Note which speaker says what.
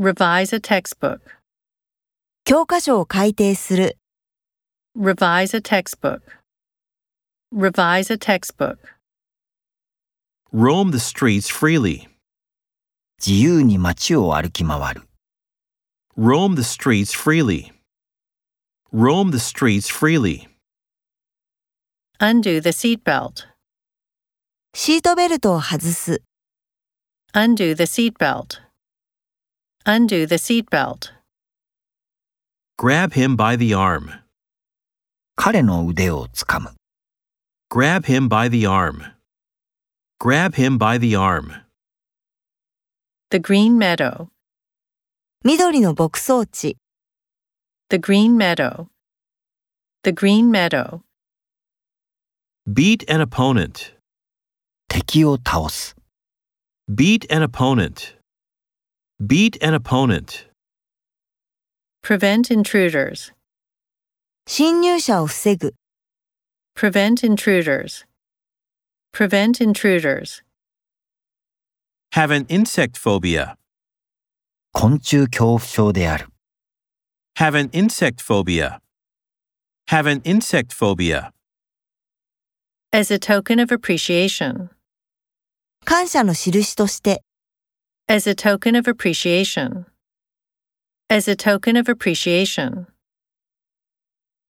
Speaker 1: Revise a textbook.
Speaker 2: 教科書を改訂する、
Speaker 1: Revise a textbook. Revise a textbook.
Speaker 3: Roam the streets freely.
Speaker 4: 自由に街を歩き回る。
Speaker 3: Roam the streets freely. Roam the streets freely.
Speaker 1: Undo the seatbelt.
Speaker 2: シートベルトを外す、
Speaker 1: Undo the seatbelt. Undo the seatbelt.
Speaker 3: Grab him by the arm.
Speaker 4: 彼の腕をつかむ。
Speaker 3: Grab him by the arm. Grab him by the arm.
Speaker 1: The green meadow.
Speaker 2: 緑の牧草地、
Speaker 1: The green meadow. The green meadow.
Speaker 3: Beat an opponent.
Speaker 4: 敵を倒す。
Speaker 3: Beat an opponent. Beat an opponent.
Speaker 1: Prevent intruders.
Speaker 2: 侵入者を防ぐ、
Speaker 1: Prevent intruders. Prevent intruders.
Speaker 3: Have an insect phobia.
Speaker 4: 昆虫恐怖症である。
Speaker 3: Have an insect phobia. Have an insect phobia.
Speaker 1: As a token of appreciation.
Speaker 2: 感謝の印として、
Speaker 1: As a token of appreciation. As a token of appreciation.